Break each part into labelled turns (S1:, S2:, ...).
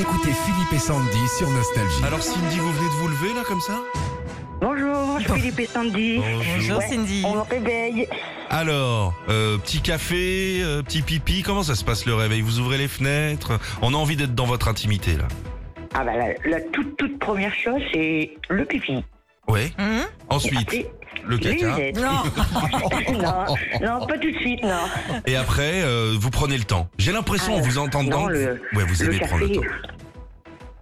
S1: écoutez Philippe et Sandy sur Nostalgie.
S2: Alors Cindy, vous venez de vous lever là comme ça
S3: Bonjour, je suis Philippe et Sandy.
S4: Bonjour
S3: Ouais,
S4: Cindy.
S3: On me réveille.
S2: Alors, euh, petit café, euh, petit pipi, comment ça se passe le réveil Vous ouvrez les fenêtres On a envie d'être dans votre intimité là.
S3: Ah bah la, la toute toute première chose c'est le pipi.
S2: Ouais.
S4: Hum
S3: Et
S2: Ensuite,
S3: après,
S2: le
S3: les
S2: caca.
S3: lunettes.
S4: Non,
S3: non, non, pas tout de suite, non.
S2: Et après, euh, vous prenez le temps. J'ai l'impression
S3: Ah,
S2: en vous entendant.
S3: non, le-
S2: que vous- ouais, vous
S3: le
S2: aimez
S3: café.
S2: prendre le temps.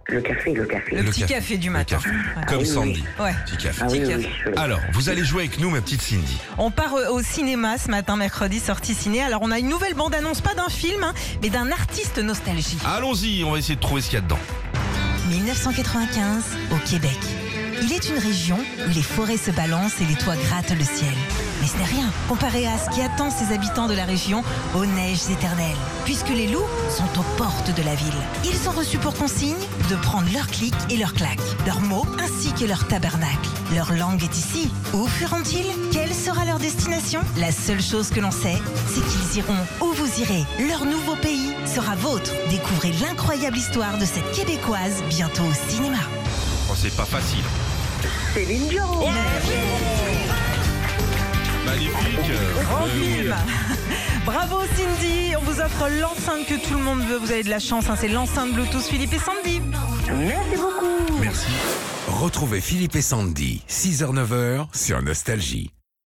S3: Le café, le café.
S4: le,
S2: Le
S4: petit
S2: café.
S4: café, du matin.
S2: café.
S4: Ouais.
S2: Comme
S3: oui,
S2: Sandy.
S4: Ouais.
S2: Petit café.
S3: Ah oui,
S4: Petit
S3: oui, oui.
S2: Alors, vous allez jouer avec nous, ma petite Cindy.
S4: On part euh, au cinéma ce matin, mercredi, sortie ciné. Alors on a une nouvelle bande-annonce, pas d'un film, hein, mais d'un artiste nostalgie.
S2: Allons-y, on va essayer de trouver ce qu'il y a dedans.
S4: 1995, au Québec. Il est une région où les forêts se balancent et les toits grattent le ciel. Mais ce n'est rien comparé à ce qui attend ses habitants de la région aux neiges éternelles, puisque les loups sont aux portes de la ville. Ils ont reçu pour consigne de prendre leurs clics et leurs claques, leurs mots ainsi que leur tabernacle. Leur langue est ici. Où fuiront-ils Quelle sera leur destination La seule chose que l'on sait, c'est qu'ils iront où vous irez. Leur nouveau pays sera vôtre. Découvrez l'incroyable histoire de cette Québécoise bientôt au cinéma.
S2: Oh, c'est pas facile.
S3: Céline Dion.
S2: Magnifique.
S4: Grand
S2: Euh,
S4: film Bravo Cindy, on vous offre l'enceinte que tout le monde veut, vous avez de la chance, hein. c'est l'enceinte Bluetooth Philippe et Sandy.
S3: Merci beaucoup.
S2: Merci.
S1: Retrouvez Philippe et Sandy, 6h-9h sur Nostalgie.